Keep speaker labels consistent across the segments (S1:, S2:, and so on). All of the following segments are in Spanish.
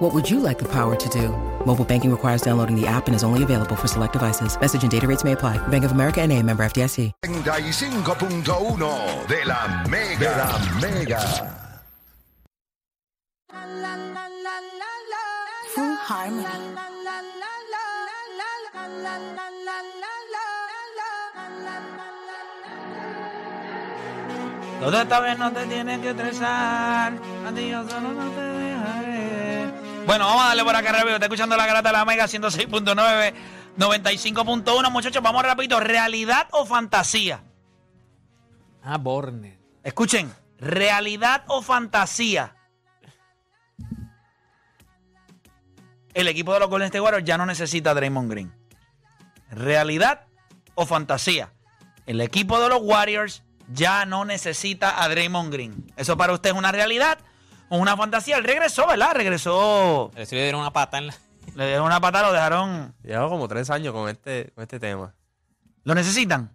S1: What would you like the power to do? Mobile banking requires downloading the app and is only available for select devices. Message and data rates may apply. Bank of America and a member FDIC.
S2: 35.1 de la Mega. De la Mega.
S3: Full harmony.
S4: Toda esta vez no te tienes que estresar, a ti yo solo no te dejaré. Bueno, vamos a darle por acá rápido. Está escuchando la garata de la Mega 106.9, 95.1. Muchachos, vamos rápido. ¿Realidad o fantasía?
S5: Ah, Borne.
S4: Escuchen, ¿realidad o fantasía? El equipo de los Golden State Warriors ya no necesita a Draymond Green. ¿Realidad o fantasía? El equipo de los Warriors ya no necesita a Draymond Green. ¿Eso para usted es una realidad o una fantasía? Él regresó, ¿verdad? Regresó.
S5: Si le dieron una pata en la.
S4: Le dieron una patada, lo dejaron.
S6: Llevo como tres años con este, con este tema.
S4: ¿Lo necesitan?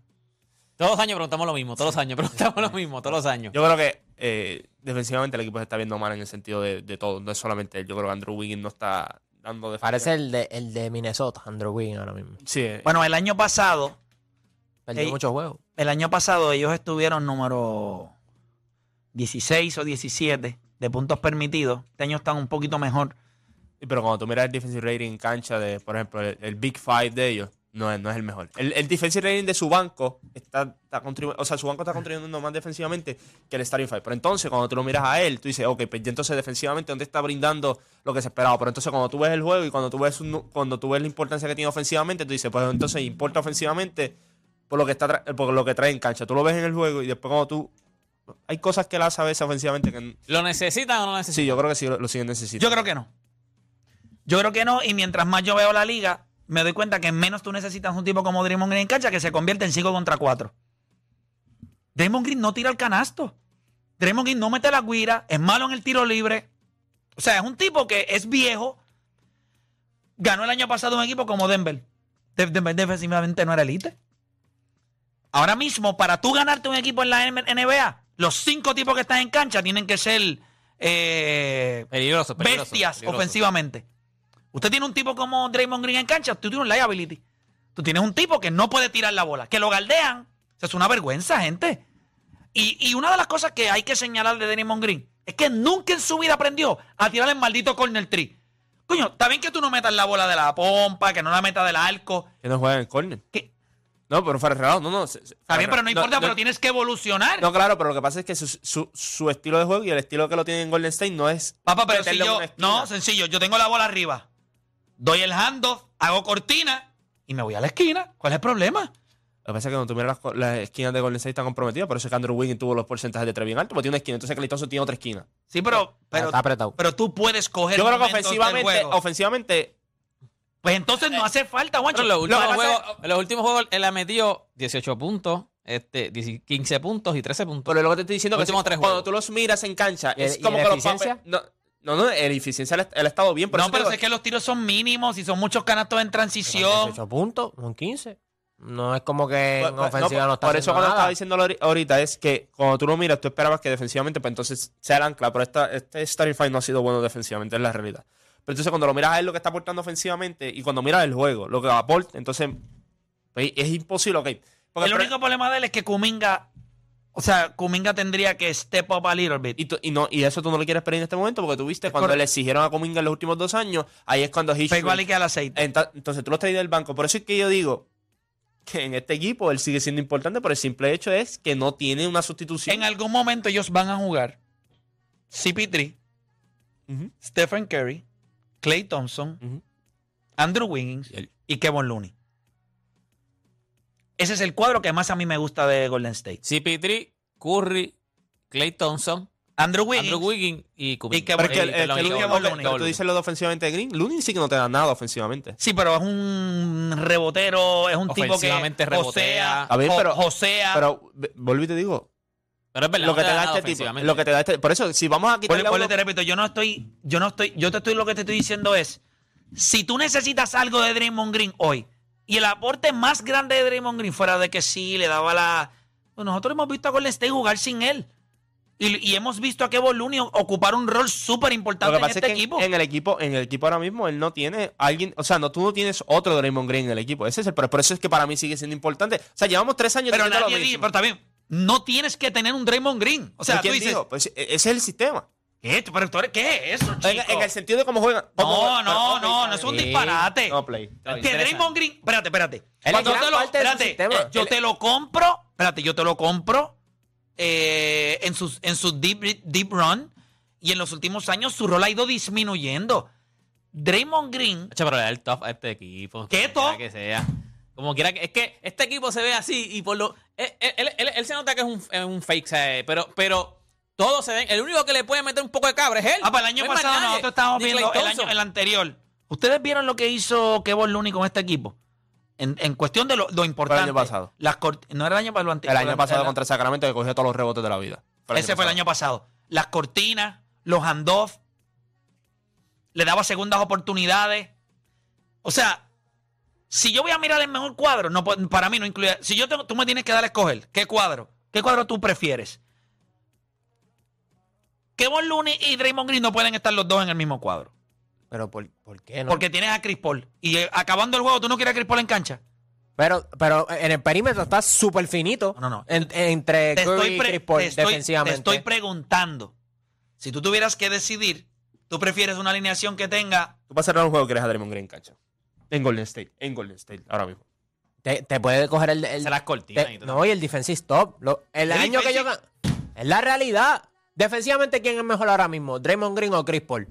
S5: Todos los años preguntamos lo mismo, todos los años preguntamos lo mismo, todos los años.
S6: Yo creo que eh, defensivamente el equipo se está viendo mal en el sentido de, de todo. No es solamente él. Yo creo que Andrew Wiggins no está dando de
S7: Parece el de, el de Minnesota, Andrew Wiggins ahora mismo.
S6: Sí, eh,
S4: Bueno, el año pasado,
S7: Perdió
S4: Ey.
S7: muchos juegos.
S4: el año pasado ellos estuvieron número 16 o 17 de puntos permitidos. Este año están un poquito mejor.
S6: pero cuando tú miras el defensive rating en cancha de, por ejemplo, el, el Big Five de ellos, no es, no es el mejor. El, el defensive rating de su banco está, está contribu- o sea, su banco está contribuyendo más defensivamente que el Starting Five. Pero entonces, cuando tú lo miras a él, tú dices, ok, pues ya entonces defensivamente, ¿dónde está brindando lo que se esperaba? Pero entonces, cuando tú ves el juego y cuando tú ves, su nu- cuando tú ves la importancia que tiene ofensivamente, tú dices, pues entonces importa ofensivamente por lo que está tra- por lo que trae en cancha. Tú lo ves en el juego y después cuando tú... Hay cosas que él hace a veces ofensivamente que... n-
S5: ¿Lo necesitan o no lo necesitan?
S6: Sí, yo creo que sí lo, lo siguen necesitando.
S4: Yo creo que no. Yo creo que no. Y mientras más yo veo la liga, me doy cuenta que menos tú necesitas un tipo como Draymond Green en cancha que se convierte en 5 contra 4. Draymond Green no tira el canasto. Draymond Green no mete la guira. Es malo en el tiro libre. O sea, es un tipo que es viejo. Ganó el año pasado un equipo como Denver. De- Denver defensivamente no era elite. Ahora mismo, para tú ganarte un equipo en la NBA, los cinco tipos que están en cancha tienen que ser eh,
S5: Peligroso, peligroso.
S4: bestias
S5: peligroso.
S4: ofensivamente. Usted tiene un tipo como Draymond Green en cancha, tú tienes un liability. Tú tienes un tipo que no puede tirar la bola, que lo galdean. O sea, es una vergüenza, gente. Y, y una de las cosas que hay que señalar de Draymond Green es que nunca en su vida aprendió a tirar el maldito corner tree. Coño, está bien que tú no metas la bola de la pompa, que no la metas del arco.
S6: Que no juegan en corner.
S4: Que,
S6: No, pero fuera de relajo, no, no. se- se-
S4: está
S6: fuera
S4: bien,
S6: de
S4: pero no
S6: relajo.
S4: importa, pero tienes que evolucionar.
S6: No, claro, pero lo que pasa es que su, su, su estilo de juego y el estilo que lo tiene en Golden State no es.
S4: Papá, pero si
S6: meterlo en
S4: yo.
S6: una esquina.
S4: No, sencillo. Yo tengo la bola arriba. Doy el handoff, hago cortina y me voy a la esquina. ¿Cuál es el problema?
S6: Lo que pasa es que cuando tú miras las, co- las esquinas de Golden State están comprometidas, por eso es que Andrew Wiggins tuvo los porcentajes de tres bien altos, porque tiene una esquina, entonces Claytonson tiene otra esquina.
S4: Sí, pero. Pero,
S7: está apretado.
S4: pero tú puedes coger.
S6: Yo creo que
S4: momentos del
S6: ofensivamente,
S4: juego.
S6: ofensivamente,
S4: Pues entonces no hace falta, guancho.
S5: Pero en los
S6: Lo que
S5: últimos
S6: pasa
S5: juegos, en los últimos juegos él ha metido 18 puntos, este, 10 15 puntos y 13 puntos.
S6: pero lo que te estoy diciendo que
S5: Últimos
S6: si-
S5: tres
S6: cuando
S5: juegos.
S6: tú los miras en cancha,
S7: ¿Y
S6: es
S7: el- y
S6: como
S7: la
S6: que los
S7: eficiencia?
S6: papeles- No, no, no, el eficiencia él ha- él ha estado bien, por
S4: no,
S6: eso te
S4: pero
S6: digo-
S4: es que los tiros son mínimos y son muchos canastos en transición.
S7: 18 puntos, son 15. No es como que
S6: Pues,
S7: en
S6: pues,
S7: ofensiva no,
S6: no,
S7: está
S6: Por eso
S7: haciendo
S6: cuando
S7: nada.
S6: estaba diciendo ahorita es que cuando tú lo miras, tú esperabas que defensivamente, pues entonces sea el ancla, pero esta, este starting five no ha sido bueno defensivamente, es la realidad. Pero entonces cuando lo miras a él lo que está aportando ofensivamente y cuando miras el juego, lo que aporta, entonces pues, es imposible, ok. Porque
S4: el
S6: pero-
S4: único problema de él es que Kuminga. O sea, Kuminga tendría que step up a little bit.
S6: y, tú- y no, y eso tú no lo quieres pedir en este momento porque tú viste cuando
S4: correcto.
S6: le exigieron a Cominga en los últimos dos años, ahí es cuando Hitchcock-
S4: Fue igual y que al aceite.
S6: Enta- Entonces tú lo traes del banco. Por eso es que yo digo que en este equipo él sigue siendo importante por el simple hecho es que no tiene una sustitución.
S4: En algún momento ellos van a jugar CP3,
S6: Ujú.
S4: Stephen Curry, Clay Thompson,
S6: Ujú.
S4: Andrew Wiggins
S6: Y el-
S4: y Kevin Looney. Ese es el cuadro que más a mí me gusta de Golden State.
S5: CP3, Curry, Clay Thompson,
S4: Andrew Wiggins.
S5: Andrew Wiggins y Cooper.
S4: Y que-
S6: Pero es que,
S4: el-
S6: el, el,
S5: perdón, y
S6: Luka
S5: Col-
S4: último
S6: Doncic-
S4: Lunin.
S6: pero tú dices lo de ofensivamente de Green. Looney sí que no te da nada ofensivamente.
S4: Sí, pero es un rebotero, es un tipo que
S5: Ofensivamente rebotea.
S4: josea,
S6: A ver,
S4: jo-
S6: pero-
S4: josea.
S6: Pero ve- vuelvo y te digo,
S5: Pero es verdad,
S6: lo
S5: no
S6: que te da
S5: nada
S6: este tipo,
S5: ofensivamente.
S6: lo que te da este, por eso si vamos a
S4: Vuelvo-
S6: quitarle a
S4: vuelvo y
S6: uno-
S4: te repito, yo no estoy, yo no estoy, yo te estoy lo que te estoy diciendo es, si tú necesitas algo de Draymond Green hoy y el aporte más grande de Draymond Green fuera de que sí le daba la, Bueno, nosotros hemos visto a Golden State jugar sin él y, y hemos visto a Kevin Looney ocupar un rol súper
S6: Lo
S4: importante
S6: que
S4: en
S6: pasa
S4: este
S6: es que en-
S4: equipo.
S6: En, el equipo, en el equipo ahora mismo él no tiene alguien, o sea, no tú no tienes otro Draymond Green en el equipo. Ese es el, pero por eso es que para mí sigue siendo importante. O sea, llevamos tres años
S4: pero
S6: teniendo
S4: nadie
S6: lo
S4: dice,
S6: mismo.
S4: pero también no tienes que tener un Draymond Green, o sea,
S6: ¿Y
S4: tú
S6: quién
S4: dices,
S6: dijo? Pues, e- ese es el sistema.
S4: ¿qué? Pero tú eres- ¿Qué es eso, chico?
S6: En, en el sentido de cómo juegan. Cómo
S4: no,
S6: juegan.
S4: no,
S6: Pero, ok,
S4: no,
S6: está
S4: no es un
S6: bien.
S4: disparate.
S6: No play.
S4: Que Draymond Green, espérate, espérate.
S7: Él
S4: Cuando
S7: es
S4: te
S7: gran
S4: lo,
S7: parte de su
S4: espérate,
S7: sistema.
S4: eh, yo
S7: Él-
S4: te lo compro, espérate, yo te lo compro eh, en sus en su deep, deep run y en los últimos años su rol ha ido disminuyendo. Draymond Green,
S5: Hacho, pero le da el top a este equipo.
S4: ¿Qué
S5: Como quiera
S4: top?
S5: Que sea. Como quiera que. Es que este equipo se ve así y por lo. Él, él- él- él- él se nota que es un, es un fake, ¿sabes? Pero, pero todos se ven. El único que le puede meter un poco de cabra es él.
S4: ah, para el año
S5: No hay más
S4: pasado
S5: nadie.
S4: nosotros estábamos
S5: Ni Klay
S4: viendo el,
S5: Thompson.
S4: año, el anterior. ¿Ustedes vieron lo que hizo Kevon Looney con este equipo? En, en cuestión de lo, lo importante.
S6: pasado.
S4: Las cort- no era el año pasado, lo ante-
S6: El
S4: lo
S6: año
S4: ante-
S6: pasado
S4: la-
S6: contra Sacramento que cogió todos los rebotes de la vida.
S4: Ese fue el año pasado. Las cortinas, los handoffs, le daba segundas oportunidades. O sea, si yo voy a mirar el mejor cuadro, no, po- para mí no incluye. Si yo tengo, tú me tienes que dar a escoger, ¿qué cuadro? ¿Qué cuadro tú prefieres? Kevin Looney y Draymond Green no pueden estar los dos en el mismo cuadro.
S7: Pero ¿por, por qué no?
S4: Porque tienes a Chris Paul. Y eh, acabando el juego, ¿tú no quieres a Chris Paul en cancha?
S7: Pero, pero en el perímetro está súper finito.
S4: No, no, no.
S7: En- entre
S4: te
S7: Curry
S4: estoy,
S7: y
S4: pre-
S7: Chris Paul,
S4: te estoy-
S7: defensivamente.
S4: te estoy preguntando. Si tú tuvieras que decidir, ¿tú prefieres una alineación que tenga
S6: Tú vas a cerrar un juego que eres a Draymond Green, cancha. En Golden State. En Golden State, ahora mismo.
S7: te, te puede coger el... el-
S5: Se las cortinas
S7: te-
S5: y todo.
S7: no, y el defensive stop. Lo- el
S4: El
S7: año que yo...
S4: defensive-
S7: gan- Es la realidad. Defensivamente, ¿quién es mejor ahora mismo? ¿Draymond Green o Chris Paul?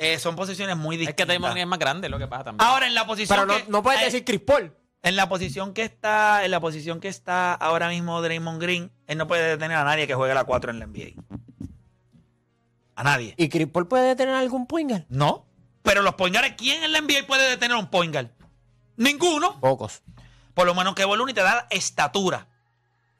S4: Eh, son posiciones muy
S5: Es
S4: distintas.
S5: que Draymond Green es más grande, lo que pasa también.
S4: Ahora en la posición
S7: Pero no,
S4: que,
S7: no puedes
S4: eh,
S7: decir Chris Paul.
S4: en la posición que está, en la posición que está ahora mismo Draymond Green, él no puede detener a nadie que juegue la 4 en la NBA. A nadie.
S7: ¿Y Chris Paul puede tener algún puñal?
S4: No. Pero los point guards, ¿quién en la NBA puede detener a un point guard? Ninguno.
S7: Pocos.
S4: Por lo menos que Boluni te da estatura.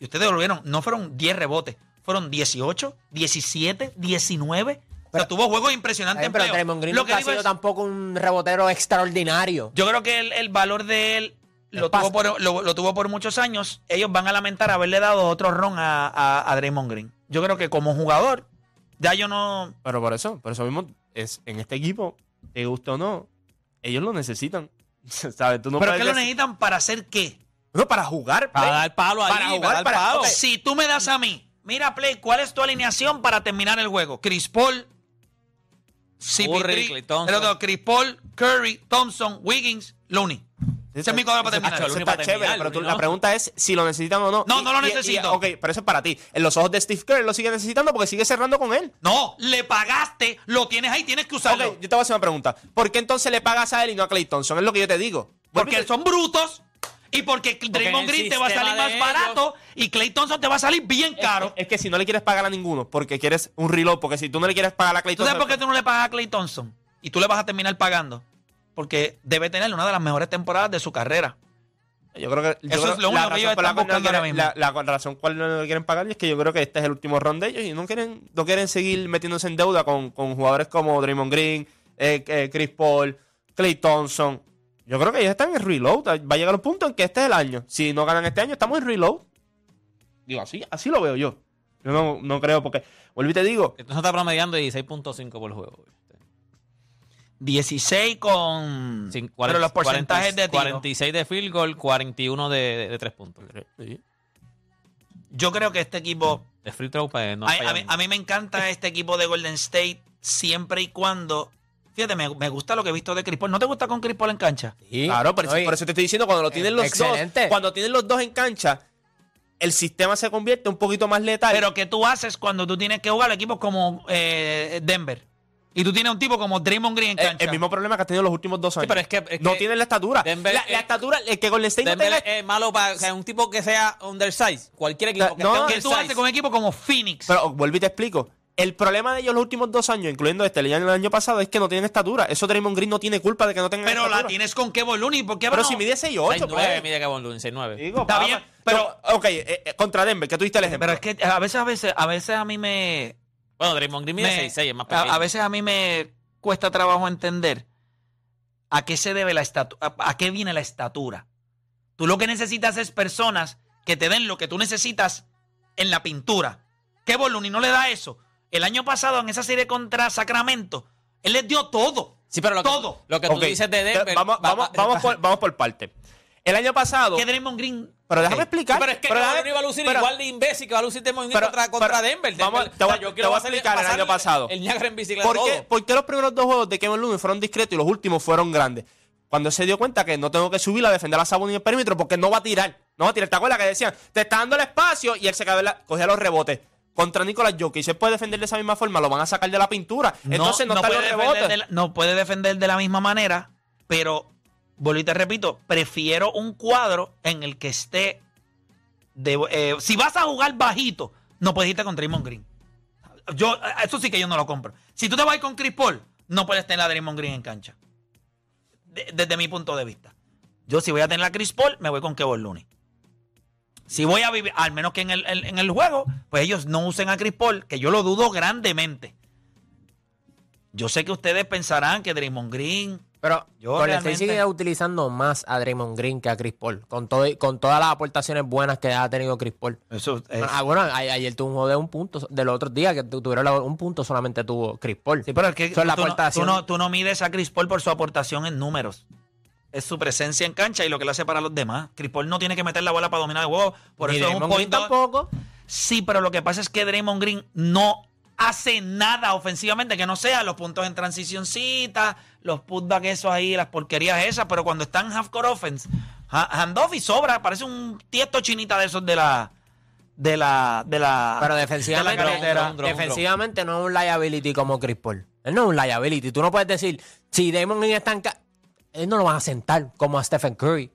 S4: Y ustedes lo vieron, no fueron 10 rebotes, fueron 18, 17, 19. o
S7: Pero-
S4: sea, tuvo juegos impresionantes.
S7: Ay,
S4: en
S7: pero
S4: playoff.
S7: Draymond Green
S4: Lo que
S7: nunca ha
S4: digo
S7: sido
S4: es-
S7: tampoco un rebotero extraordinario.
S4: Yo creo que el, el valor de él lo
S7: El pase.
S4: tuvo, por, lo, lo tuvo por muchos años. Ellos van a lamentar haberle dado otro ron a, a- a Draymond Green. Yo creo que como jugador, ya yo no.
S6: Pero por eso, por eso mismo, es en este equipo, te gusta o no, ellos lo necesitan. ¿Sabes? Tú no
S4: ¿Pero
S6: puedes
S4: qué lo
S6: decir-
S4: necesitan para hacer qué?
S6: No, para jugar. pues.
S5: para
S6: play.
S5: dar palo ahí,
S6: Para
S5: para,
S6: jugar,
S5: dar
S6: para-
S5: palo.
S6: ok.
S4: Si tú me das a mí, mira, Play, ¿cuál es tu alineación para terminar el juego? Chris Paul,
S5: Curry,
S4: CP3,
S5: Klay Thompson.
S4: pero no, Chris Paul, Curry, Thompson, Wiggins, Looney. Ese es mi cuadro para
S6: Eso está-
S4: terminar.
S6: eso
S5: Looney
S6: está
S5: para
S6: chévere,
S5: terminar,
S6: pero tú-
S5: Looney,
S6: la
S5: ¿no?
S6: pregunta es si lo necesitan o no.
S4: No, no lo necesito.
S6: necesitan ok, pero eso es para ti. En los ojos de Steve Kerr lo sigue necesitando porque sigue cerrando con él.
S4: No, le pagaste, lo tienes ahí, tienes que
S6: Ok,
S4: usarlo.
S6: yo te voy a hacer una pregunta. ¿Por qué entonces le pagas a él y no a Clay Thompson? Es lo que yo te digo.
S4: Porque
S6: Vuelvo y te-
S4: son brutos y porque Draymond
S5: en el
S4: Green te va a
S5: sistema
S4: salir
S5: de
S4: más
S5: ellos-
S4: barato y Clay Thompson te va a salir bien caro.
S6: Es que si no le quieres pagar a ninguno, porque quieres un reload, porque si tú no le quieres pagar a Clay
S4: ¿Tú sabes
S6: Thompson.
S4: por
S5: pues,
S4: qué tú no le pagas a Clay Thompson? Y tú le vas a terminar pagando. Porque debe tener una de las mejores temporadas de su carrera.
S6: Yo creo que yo
S4: Eso
S6: creo
S4: es lo
S6: la
S4: único que ellos
S6: razón por la
S4: están
S6: cual no
S4: buscando ahora
S6: quieren-
S4: mismo.
S6: La, la razón cual no le quieren pagar es que yo creo que este es el último round de ellos y no quieren, no quieren seguir metiéndose en deuda con, con jugadores como Draymond Green, eh, eh, Chris Paul, Clay Thompson. Yo creo que ellos están en reload. Va a llegar un punto en que este es el año. Si no ganan este año, estamos en reload. Digo, así, así lo veo yo. Yo no, no creo porque, vuelvo y te digo,
S5: Entonces está promediando 16.5 por juego.
S4: Mm. 16 con...
S5: Cin-
S4: pero los
S5: 40,
S4: porcentajes de tiro.
S5: 46 de field goal, 41 de, de, de tres puntos.
S4: Yo creo que este equipo...
S5: De free throw pues, no ha
S4: a, a
S5: fallado
S4: mí,
S5: ninguno.
S4: a mí me encanta este equipo de Golden State siempre y cuando... Fíjate, me, me gusta lo que he visto de Chris Paul. ¿No te gusta con Chris Paul en cancha?
S7: Sí.
S6: Claro, por eso,
S7: Oye,
S6: por eso te estoy diciendo, cuando lo tienen los
S7: Excelente.
S6: dos, cuando tienen los dos en cancha, el sistema se convierte un poquito más letal.
S4: Pero que tú haces cuando tú tienes que jugar equipos como eh, Denver. Y tú tienes un tipo como Draymond Green en
S6: Eh, El-
S4: cancha.
S6: El mismo problema que has tenido en los últimos dos años.
S5: pero es que- es
S6: no
S5: que-
S6: tiene la estatura.
S5: Denver-
S6: la, la
S5: eh,
S6: estatura, el que Golden State no
S5: Dembélé
S6: tenga-
S5: es eh, malo para o sea, un tipo que sea undersized. Cualquier equipo que
S6: No,
S5: esté
S6: no,
S4: ¿Qué tú haces
S5: undersized.
S4: con un equipo como Phoenix?
S6: Pero vuelvo y te explico. El problema de ellos los últimos dos años, incluyendo este el año- el año pasado, es que no tienen estatura. Eso Draymond Green no tiene culpa de que no tenga
S4: Pero
S6: estatura.
S4: la tienes con Kevin Looney. ¿Por qué
S6: Pero
S4: no?
S6: si mide 6 8,
S5: 6'9", mira que Von Looney, 6'9".
S6: Digo,
S4: Está
S6: papá.
S4: bien, pero-
S6: No, ok, eh, eh, contra Denver, que tuviste el ejemplo.
S4: Pero es que a veces, a veces, a veces a mí me.
S5: Bueno, Draymond Green
S4: me-
S5: mide 6'6", es más
S4: a-
S5: pequeño.
S4: A, veces a mí me cuesta trabajo entender a qué se debe la estatura, a qué viene la estatura. Tú lo que necesitas es personas que te den lo que tú necesitas en la pintura. ¿Qué Boluni no le da eso? El año pasado en esa serie contra Sacramento, él les dio todo.
S5: Sí, pero lo que,
S4: todo.
S5: lo que
S6: Ok,
S5: tú dices de Denver...
S6: Vamos,
S5: va-
S6: vamos,
S5: va-
S6: vamos, por, vamos por parte. El año pasado.
S4: Que Draymond Green
S6: Pero déjame
S4: Ok.
S6: explicar.
S5: Sí, pero es que
S6: pero
S5: no,
S6: déjame-
S5: iba a lucir
S6: pero-
S5: igual de imbécil que va a lucir Draymond Green
S6: pero-
S5: contra, contra
S6: pero-
S5: Denver.
S6: vamos,
S5: Denver-
S6: te voy a-
S5: o sea, yo
S6: te
S5: quiero
S6: voy a
S5: hacerle-
S6: explicar el año
S5: pasarle
S6: pasado.
S5: El ñagra en bicicleta
S6: ¿Por qué,
S5: todo.
S6: por qué los primeros dos juegos de Kevin Looney fueron discretos y los últimos fueron grandes? Cuando se dio cuenta que no tengo que subir a defender a Sabonis en el perímetro porque no va a tirar. No va a tirar. ¿Te acuerdas que decían? Te está dando el espacio y él se cagaba en la- cogía los rebotes. Contra Nicolás Jokic, él puede defender de esa misma forma, lo van a sacar de la pintura. Entonces no, están los
S4: defender
S6: rebotes.
S4: de la- no puede defender de la misma manera, pero, vuelvo y te repito, prefiero un cuadro en el que esté. de- eh, si vas a jugar bajito, no puedes irte con Draymond Green. Yo, eh, eso sí que yo no lo compro. Si tú te vas a ir con Chris Paul, no puedes tener a Draymond Green en cancha. De- desde mi punto de vista. Yo, si voy a tener a Chris Paul, me voy con Kevin Looney. Si voy a vivir, al menos que en el, en- en el juego, pues ellos no usen a Chris Paul, que yo lo dudo grandemente. Yo sé que ustedes pensarán que Draymond Green.
S7: Pero
S4: Yo
S7: Golden
S4: realmente-
S7: State sigue utilizando más a Draymond Green que a Chris Paul, con, todo, con todas las aportaciones buenas que ha tenido Chris Paul.
S4: Eso eh,
S7: Ah, bueno, a- ayer tuvo un juego de un punto, so- del otro día que tu- tuvieron la- un punto solamente tuvo Chris Paul.
S4: sí, pero es que
S7: Eso es la
S4: tú, no, tú,
S7: aportación.
S4: no, tú no mides a Chris Paul por su aportación en números. Es su presencia en cancha y lo que le hace para los demás. Chris Paul no tiene que meter la bola para dominar el juego. Por
S7: Ni
S4: eso es un
S7: Draymond Green
S4: point guard.
S7: tampoco.
S4: Sí, pero lo que pasa es que Draymond Green no hace nada ofensivamente que no sea los puntos en transicioncita, los putbacks esos ahí, las porquerías esas, pero cuando están half court offense, ha- handoff y sobra, parece un tiesto chinita de esos de la de la de
S6: Ah.
S4: la
S7: Pero
S4: de la
S7: defensivamente,
S4: carretera.
S5: dron, dron,
S7: defensivamente no es un liability como Chris Paul. Él no es un liability. Tú no puedes decir, si Draymond Green está en ca- él no lo van a sentar como a Stephen Curry.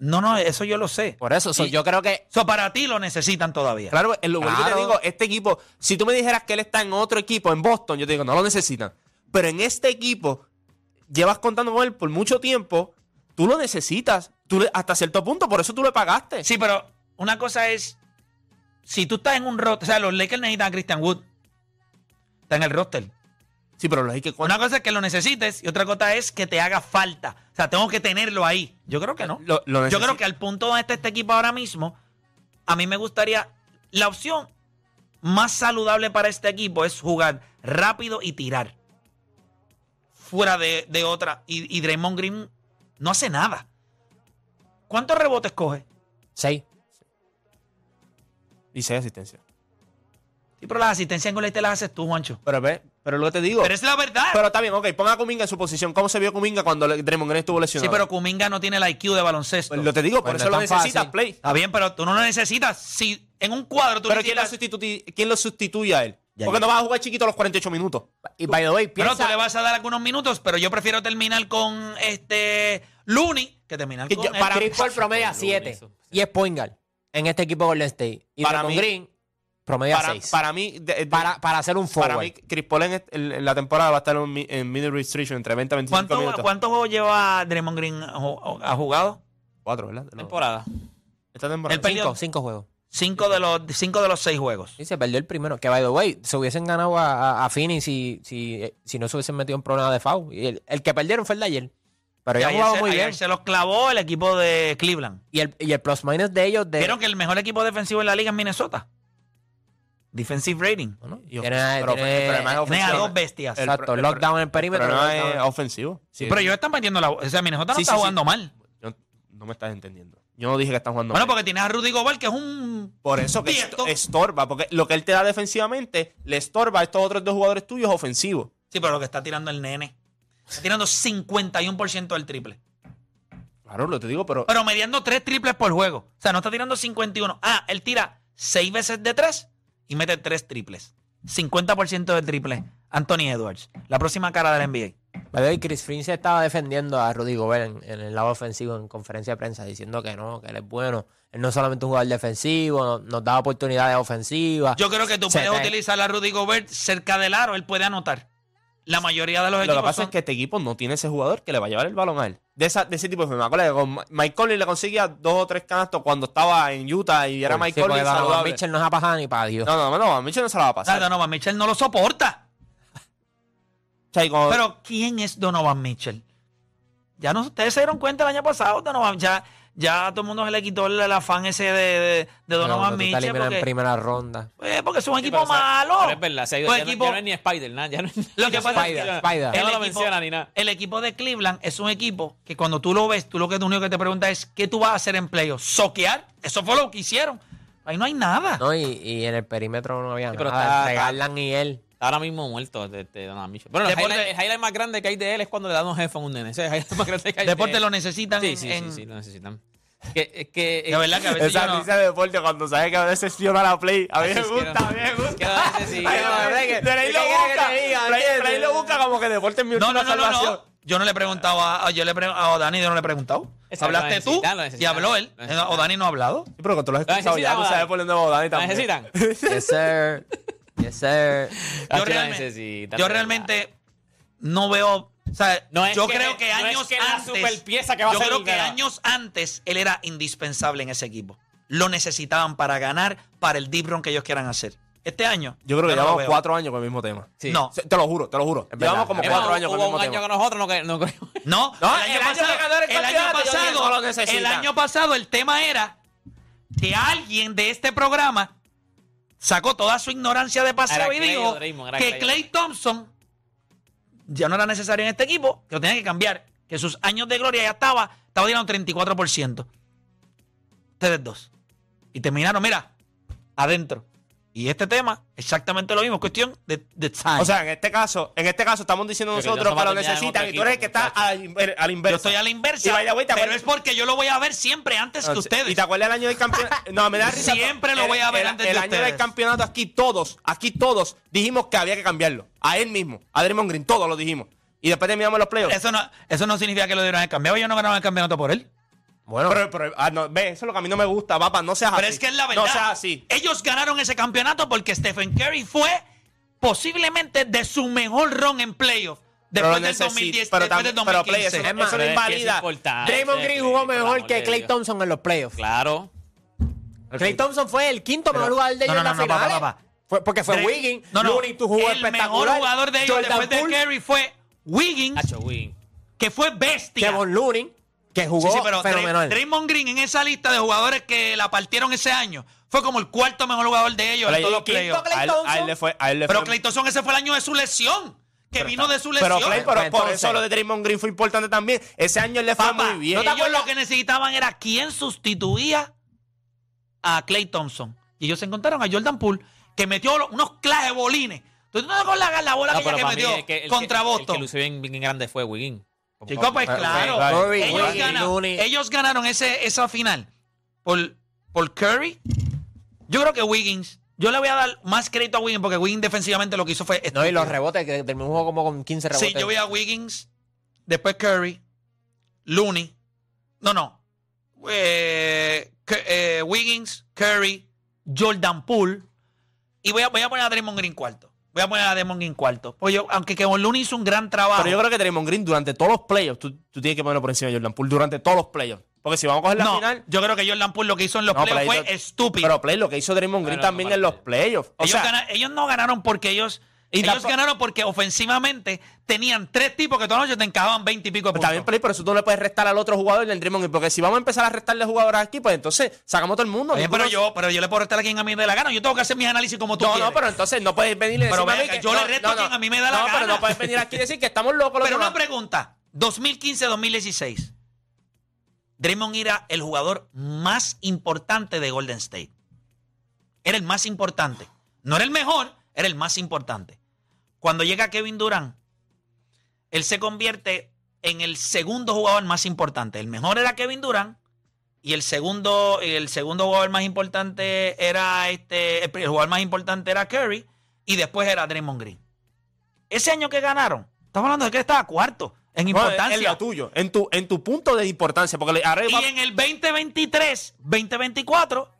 S4: No, no, eso yo lo sé.
S7: Por eso, so,
S4: Y-
S7: yo creo que
S4: Eso para ti lo necesitan todavía.
S6: Claro, en lugar que te
S7: Pues- Claro.
S6: digo, este equipo, si tú me dijeras que él está en otro equipo, en Boston, yo te digo, no lo necesitan. Pero en este equipo, llevas contando con él por mucho tiempo, tú lo necesitas. Tú le- hasta cierto punto, por eso tú le pagaste.
S4: Sí, pero una cosa es si tú estás en un roster, o sea, los Lakers necesitan a Christian Wood. Está en el roster.
S6: Sí, pero lo hay que
S4: Una cosa es que lo necesites y otra cosa es que te haga falta. O sea, tengo que tenerlo ahí. Yo creo que no.
S6: Lo- lo
S4: Yo
S6: necesi-
S4: creo que al punto donde está este equipo ahora mismo, a mí me gustaría. La opción más saludable para este equipo es jugar rápido y tirar. Fuera de, de otra. Y, y Draymond Green no hace nada. ¿Cuántos rebotes coge?
S7: seis.
S6: Y seis asistencias.
S4: Sí, pero las asistencias en goles te las haces tú, Juancho.
S6: Pero ve, pero lo que te digo.
S4: Pero
S6: Pero,
S4: es la verdad.
S6: está bien, ok, ponga a Kuminga en su posición. ¿Cómo se vio Kuminga cuando le- Draymond Green estuvo
S4: sí,
S6: lesionado?
S4: pero Kuminga no tiene el IQ de baloncesto.
S6: Pues lo te digo, por
S7: Pues no
S6: eso
S7: es
S6: lo
S7: tan
S6: necesitas,
S7: fácil.
S6: Play.
S4: Está bien, pero tú no lo necesitas. Si en un cuadro tú
S6: Pero ¿quién, la
S4: necesitas...
S6: sustituti- quién lo sustituye a él?
S4: Ya,
S6: Porque
S4: ya.
S6: no vas a jugar chiquito los 48 minutos.
S7: Y by the way,
S4: Pero tú
S7: piensa-
S4: le vas a dar algunos minutos, pero yo prefiero terminar con este Looney que terminar
S6: Que
S4: con este.
S6: yo-
S4: él.
S6: para-
S7: Chris Paul promedia
S5: Looney,
S7: 7
S5: eso.
S7: y es point guard en este equipo Golden State. Y
S6: Para
S7: Draymond
S6: mí-
S7: Green promedia
S6: Para,
S7: 6. Para,
S6: para mí, de- de-
S7: para, hacer un forward.
S6: Para mí, Chris Paul en, est- en- en la temporada va a estar en, mi- en middle restriction entre 20 y 25
S4: ¿Cuánto-
S6: minutos.
S4: ¿Cuántos juegos lleva Draymond Green ju- ha jugado?
S6: Cuatro, ¿verdad? No.
S5: Temporada.
S6: Esta temporada.
S4: El pe- perdió-
S7: cinco, cinco juegos.
S4: Cinco de los, cinco de los seis juegos.
S7: Y se perdió el primero. Que by the way, se hubiesen ganado a, a, a Phoenix si, si, eh, si no se hubiesen metido en problemas de foul. Y el, el que perdieron fue el de ayer. Pero
S4: Y
S7: ya
S4: ayer
S7: jugaba
S4: se-
S7: muy
S4: ayer
S7: bien.
S4: se los clavó el equipo de Cleveland.
S7: Y el, y el plus minus de ellos de.
S4: ¿Vieron que el mejor equipo defensivo en la liga es Minnesota? Defensive rating.
S6: Bueno, y ofen-
S7: Tiene-
S6: pero
S7: tiene-
S6: el problema es
S4: Tiene a
S6: ofensivo.
S4: dos bestias.
S6: el-
S7: exacto,
S6: el-
S7: lockdown en el
S6: El
S7: perímetro.
S6: problema
S7: lockdown
S6: es
S7: en-
S6: ofensivo.
S4: Sí, pero ellos están metiendo la... O sea, Minnesota no
S6: Sí,
S4: está
S6: sí, sí.
S4: jugando mal.
S6: Yo- no me estás entendiendo. Yo no dije que están jugando
S4: Bueno,
S6: mal.
S4: porque tienes a Rudy Gobert, que es un...
S6: Por eso que
S4: Tiesto.
S6: est- estorba. Porque lo que él te da defensivamente le estorba a estos otros dos jugadores tuyos ofensivos.
S4: Sí, pero lo que está tirando el nene. Está tirando 51% del triple.
S6: Claro, lo te digo, pero.
S4: Pero mediando tres triples por juego. O sea, no está tirando 51. Ah, él tira seis veces de tres y mete tres triples. 50% de triple Anthony Edwards, la próxima cara del NBA.
S7: By the way, Chris Fring se estaba defendiendo a Rudy Gobert en, en el lado ofensivo en conferencia de prensa, diciendo que no, que él es bueno. Él no es solamente un jugador defensivo, no- nos da oportunidades ofensivas.
S4: Yo creo que tú
S7: Se
S4: puedes
S7: te-
S4: utilizar a Rudy Gobert cerca del aro, él puede anotar. La mayoría de los
S6: Lo
S4: equipos
S6: que pasa
S4: son-
S6: es que este equipo no tiene ese jugador que le va a llevar el balón a él. De, esa- de ese tipo de forma. Acuérdate que Con Ma- Mike Conley le conseguía dos o tres canastos cuando estaba en Utah y era
S7: Sí,
S6: Mike
S7: porque
S6: Conley
S7: Donovan
S6: saludable.
S7: Mitchell no es apajado ni para Dios.
S6: No, no, no, a Mitchell no se la va a pasar.
S4: Ah, Donovan Mitchell no lo soporta.
S6: O sea, y cuando-
S4: Pero ¿quién es Donovan Mitchell? Ya no, ustedes se dieron cuenta el año pasado, Donovan, ya, ya a todo el mundo se le quitó el, el afán ese de, de- de Donovan
S7: Cuando tú te
S4: Mitchell.
S7: eliminan en
S4: Porque,
S7: primera ronda.
S4: eh, porque es un
S5: Sí,
S4: equipo
S5: pero, o sea,
S4: malo.
S5: pero es verdad, se ha ido-
S4: Un
S5: ya, no-
S4: equipo-
S5: ya no es ni Spider, nada, ya no es ni-
S4: Lo que pasa es
S7: Spider,
S4: que
S7: Spider.
S5: Ya no
S4: el
S5: lo
S4: equipo-
S5: menciona ni nada.
S4: El equipo de Cleveland es un equipo que cuando tú lo ves, tú lo que lo único que te preguntas es ¿qué tú vas a hacer en playoffs? ¿Soquear? Eso fue lo que hicieron. Ahí no hay nada.
S7: No, y, y en el perímetro no había
S5: Sí, pero
S6: Ah,
S7: nada.
S5: está-
S7: Entre Garland y él.
S5: Está Ahora mismo muerto de, de Donovan Mitchell. Bueno, el
S4: Deporte-
S5: highlight, el highlight más grande que hay de él es cuando le dan un jefe a un nene. Ese es el highlight más grande que hay
S4: Deporte
S5: de él.
S4: lo necesitan.
S5: eh, Sí, sí,
S4: en-
S5: sí, sí, lo necesitan. Que, es que,
S4: De verdad que a veces yo
S6: ah, Esa
S4: no-
S6: risa de deporte cuando sabes que a veces fiona la play. A mí me
S5: es que
S6: gusta,
S5: no.
S6: a mí me
S5: que
S6: gusta.
S5: a veces sí,
S6: Ay,
S5: no,
S6: de-
S5: es que-
S6: de ahí lo
S7: ¿qué quieres que
S6: busca.
S7: te
S6: Por
S7: diga?
S6: ahí- por ahí
S7: ¿Entiendes?
S6: lo busca como que deporte es mi
S4: No,
S6: última
S4: no, no, no,
S6: salvación.
S4: no. Yo no le preguntaba, a- yo le pre- a Dani yo no le he preguntado.
S5: Exacto,
S4: Hablaste
S5: lo
S4: tú
S5: necesitan, lo
S4: y
S5: necesitan,
S4: habló él.
S5: lo Ah, necesitan.
S4: O Dani no ha hablado.
S6: Sí, Pero cuando tú lo has escuchado ya,
S5: necesitan,
S6: tú sabes
S5: Dani.
S6: por dónde va Dani
S5: ¿La necesitan?
S6: también.
S7: Yes, sir. Yes, sir.
S5: Ah,
S4: Yo
S5: sí, la
S4: realmente-
S5: necesitan,
S4: Yo
S5: de verdad.
S4: realmente no veo. O sea,
S5: No es
S4: yo
S5: que-
S4: creo que
S5: no es
S4: años
S5: que la
S4: antes.
S5: superpieza que va a
S4: yo
S5: ser
S4: creo
S5: el
S4: que
S5: ganador.
S4: años antes él era indispensable en ese equipo. Lo necesitaban para ganar, para el deep run que ellos quieran hacer. Este año.
S6: Yo creo que
S4: no lo
S6: llevamos
S4: veo.
S6: cuatro años con el mismo tema.
S5: Sí.
S4: No,
S6: Se- Te lo juro, te lo juro.
S7: verdad,
S6: Llevamos como
S5: Es
S7: es
S6: cuatro
S5: más,
S6: años con el
S5: hubo un
S6: mismo
S5: año
S6: tema.
S5: que nosotros no, cre- no creemos.
S4: no.
S6: No, el año que ganaron el
S4: el año
S6: campeonato, yo
S4: pasado-
S6: digo, lo necesitan.
S4: el año pasado el tema era que alguien de este programa sacó toda su ignorancia de paseo
S5: Era
S4: y
S5: Clay
S4: dijo
S5: o Draymond, era
S4: que
S5: Clay o
S4: Clay Thompson ya no era necesario en este equipo, que lo tenía que cambiar, que sus años de gloria ya estaba, estaba tirando un 34%. Ustedes dos. Y terminaron, mira, adentro. Y este tema, exactamente lo mismo, es cuestión de, de time.
S6: O sea, en este caso, en este caso estamos diciendo
S5: Porque
S6: nosotros
S5: Johnson
S6: que lo
S5: Mato ya en
S6: necesitan
S5: otro
S6: y tú eres el que
S5: equipo,
S6: está a la inver- a la
S4: yo
S6: inversa.
S4: estoy a la
S6: Y
S4: inversa,
S6: by the way, ¿te
S4: pero
S6: acuerdas-
S4: es porque yo lo voy a ver siempre antes que ustedes.
S6: ¿Y te acuerdas el año del campeonato? No, me da risa.
S4: Siempre lo voy a ver
S6: el,
S4: antes
S6: el
S4: de
S6: año
S4: ustedes.
S6: del campeonato aquí todos, aquí todos dijimos que había que cambiarlo. A él mismo, a Draymond Green, todos lo dijimos. Y después terminamos los playoffs.
S4: Eso no, eso no significa que lo dieron el cambiado. Ellos no ganaron el campeonato por él.
S7: Bueno, eh,
S6: Pero, pero, ah, no, ve, eso es lo que a mí no me gusta, papá, no seas
S4: Pero
S6: así.
S4: es que es la verdad.
S6: Ah, No seas así.
S4: Ellos ganaron ese campeonato porque Stephen Curry fue posiblemente de su mejor run en playoff.
S6: Pero
S4: Después
S6: lo
S4: del
S6: necesi-
S4: 2010,
S6: pero
S4: después del
S6: tam- pero play,
S4: 2015.
S6: eso-
S7: Es más,
S6: eso
S5: pero
S6: no
S5: es que es
S6: invalida.
S5: importante,
S7: Draymond Green jugó
S5: por el
S7: mejor
S5: amor
S7: que
S5: de
S7: Clay
S5: Dios.
S7: Thompson en los playoffs.
S5: Claro.
S7: Clay Thompson fue el quinto mejor jugador de ellos
S4: no,
S7: en
S4: no,
S7: las
S4: no,
S7: finales.
S4: papá, papá.
S7: Fue- porque fue
S4: Dray-
S7: Wiggins,
S4: No, no.
S7: Looney, tu jugó
S4: El mejor
S7: espectacular.
S4: jugador de ellos
S7: Jordan
S4: después
S7: Poole,
S4: de Curry fue Wiggins,
S5: Hacho Win.
S4: que fue bestia.
S7: Kevin Looney, que
S4: Sí,
S7: jugó
S4: sí, pero Dray-
S7: fenomenal.
S4: Draymond Green en esa lista de jugadores que la partieron ese año fue como el cuarto mejor jugador de ellos en
S6: Play-
S4: todos los
S6: quinto
S4: playoffs.
S7: Clay
S6: A él, a él
S7: Thompson.
S6: le fue, a él le
S4: Pero
S6: fue-
S4: Clay Thompson ese fue el año de su lesión, que vino de su lesión.
S6: Pero Clay, pero
S7: Pues
S6: por
S7: entonces-
S6: eso lo de Draymond Green fue importante también. Ese año él le fue
S4: Papá,
S6: muy bien.
S4: ¿no te acuerdas lo que necesitaban era quién sustituía a Clay Thompson? Y ellos se encontraron a Jordan Poole, que metió lo- unos claje bolines. ¿Tú no te acuerdas la, la bola aquella que
S5: para mí
S4: metió
S5: el que- el
S4: contra
S5: que-
S4: Boston?
S5: El que lució bien, bien grande fue Wiggin.
S4: Chicos,
S6: Ah,
S4: pues claro.
S7: Curry,
S4: ellos,
S7: Wiggins,
S4: ganaron,
S7: Looney.
S4: ellos ganaron ese, esa final por, por Curry. Yo creo que Wiggins. Yo le voy a dar más crédito a Wiggins porque Wiggins defensivamente lo que hizo fue.
S7: No, y
S4: estúpido.
S7: los rebotes, que terminó un juego como con 15 rebotes.
S4: Sí, yo vi a Wiggins, después Curry, Looney. No, no. Eh, Cu- eh, Wiggins, Curry, Jordan Poole. Y voy a, voy a poner a Draymond Green cuarto. Voy a poner a Draymond Green cuarto. Porque yo- aunque Kevin Looney hizo un gran trabajo.
S6: Pero yo creo que Draymond Green durante todos los playoffs, tú, tú tienes que ponerlo por encima de Jordan Poole durante todos los playoffs. Porque si vamos a coger la
S4: no,
S6: final.
S4: yo creo que Jordan Poole lo que hizo en los
S6: No,
S4: playoffs
S6: pero
S4: fue
S6: ahí lo-
S4: estúpido.
S6: Pero Play, lo que hizo Draymond Green
S5: Bueno,
S6: también
S5: no,
S6: en los playoffs. O
S4: ellos,
S6: sea,
S4: gana- ellos no ganaron porque ellos.
S6: Y
S4: ellos
S6: tampo-
S4: ganaron porque ofensivamente tenían tres tipos que todas las noches te encajaban 20 y pico de puntos.
S6: está bien Play, pero eso tú no le puedes restar al otro jugador del Draymond Green. Porque si vamos a empezar a restarle jugadores aquí, pues entonces sacamos todo el mundo.
S4: Oye,
S6: Ninguno-
S4: pero yo, pero yo le puedo restar a quien a mí me dé la gana. Yo tengo que hacer mis análisis como tú
S6: No,
S4: quieres.
S6: no, pero entonces no puedes venir y
S4: Pero
S6: decirme a
S4: ven
S6: mí
S4: acá,
S6: que
S4: yo
S6: no,
S4: le resto
S6: no,
S4: a quien
S6: no.
S4: a mí me da la
S6: No, pero
S4: gana.
S6: no puedes venir aquí y decir que estamos locos. los
S4: Pero
S6: demás.
S4: una pregunta. 2015-2016. Draymond era el jugador más importante de Golden State. Era el más importante. No era el mejor, era el más importante. Cuando llega Kevin Durant, él se convierte en el segundo jugador más importante. El mejor era Kevin Durant y el segundo, el segundo jugador más importante era este, el pri- el jugador más importante era Curry y después era Draymond Green. Ese año que ganaron, estamos hablando de que estaba cuarto en
S6: No,
S4: importancia.
S6: en lo tuyo, en tu, en tu punto de importancia. Porque le, ahora va-
S4: y en el 2023, 2024,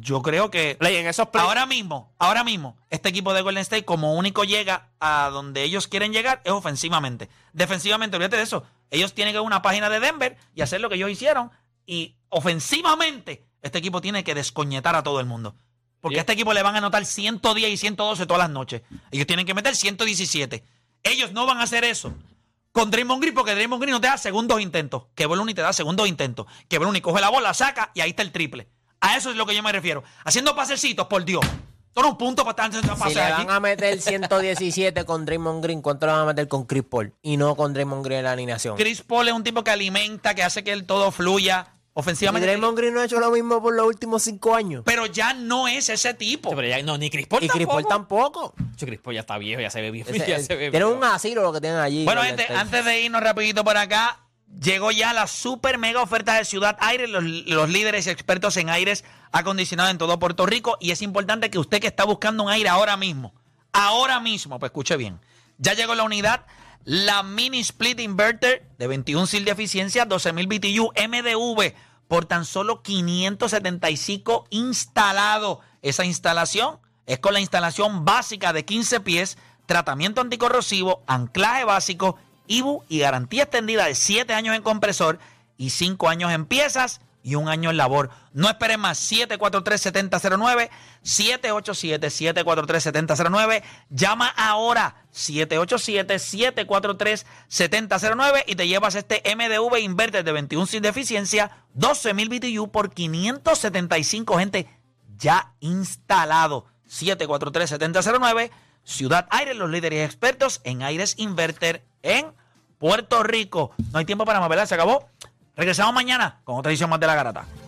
S4: yo creo que
S6: Play, en esos play-
S4: ahora mismo, ahora mismo, este equipo de Golden State como único llega a donde ellos quieren llegar es ofensivamente. Defensivamente, olvídate de eso. Ellos tienen que ir a una página de Denver y hacer lo que ellos hicieron. Y ofensivamente, este equipo tiene que descoñetar a todo el mundo. Porque
S5: Sí.
S4: a este equipo le van a anotar 110 y 112 todas las noches. Ellos tienen que meter 117. Ellos no van a hacer eso. Con Draymond Green, porque Draymond Green no te da segundos intentos. Que Boluni te da segundos intentos. Que Boluni coge la bola, saca y ahí está el triple. A eso es lo que yo me refiero. Haciendo pasecitos, por Dios. Todo un punto para estar haciendo
S7: Si
S4: pases
S7: le
S4: aquí.
S7: van a meter 117 con Draymond Green, ¿cuánto le van a meter con Chris Paul? Y no con Draymond Green en la alineación.
S4: Chris Paul es un tipo que alimenta, que hace que el todo fluya.
S7: Y
S4: Ofensivamente.
S7: Draymond Green no ha hecho lo mismo por los últimos cinco años.
S4: Pero ya no es ese tipo.
S5: Pero ya, no, ni Chris Paul
S7: Y Chris Paul tampoco.
S5: Yo, Chris Paul pues ya está viejo, ya se ve viejo. ya se ve
S7: Tienen
S5: viejo.
S7: un asilo lo que tienen allí. Este,
S4: Bueno,
S7: Golden
S4: gente,
S7: State.
S4: antes de irnos rapidito por acá, llegó ya la super mega oferta de Ciudad Aire, los, los líderes y expertos en aires acondicionados en todo Puerto Rico. Y es importante que usted que está buscando un aire ahora mismo, ahora mismo, pues escuche bien. Ya llegó la unidad, la Mini Split Inverter de 21 SIL de eficiencia, 12.000 BTU MDV por tan solo 575 instalado. Esa instalación es con la instalación básica de 15 pies, tratamiento anticorrosivo, anclaje básico, IBU y garantía extendida de 7 años en compresor y 5 años en piezas y un año en labor. No esperen más. 743-7009, 787-743-7009. Llama ahora 787-743-7009 y te llevas este MDV Inverter de 21 sin deficiencia, 12.000 BTU por 575 gente ya instalado. 743-7009, Ciudad Aire, los líderes expertos en Aires Inverter en Puerto Rico. No hay tiempo para más, ¿verdad? Se acabó. Regresamos mañana con otra edición más de La Garata.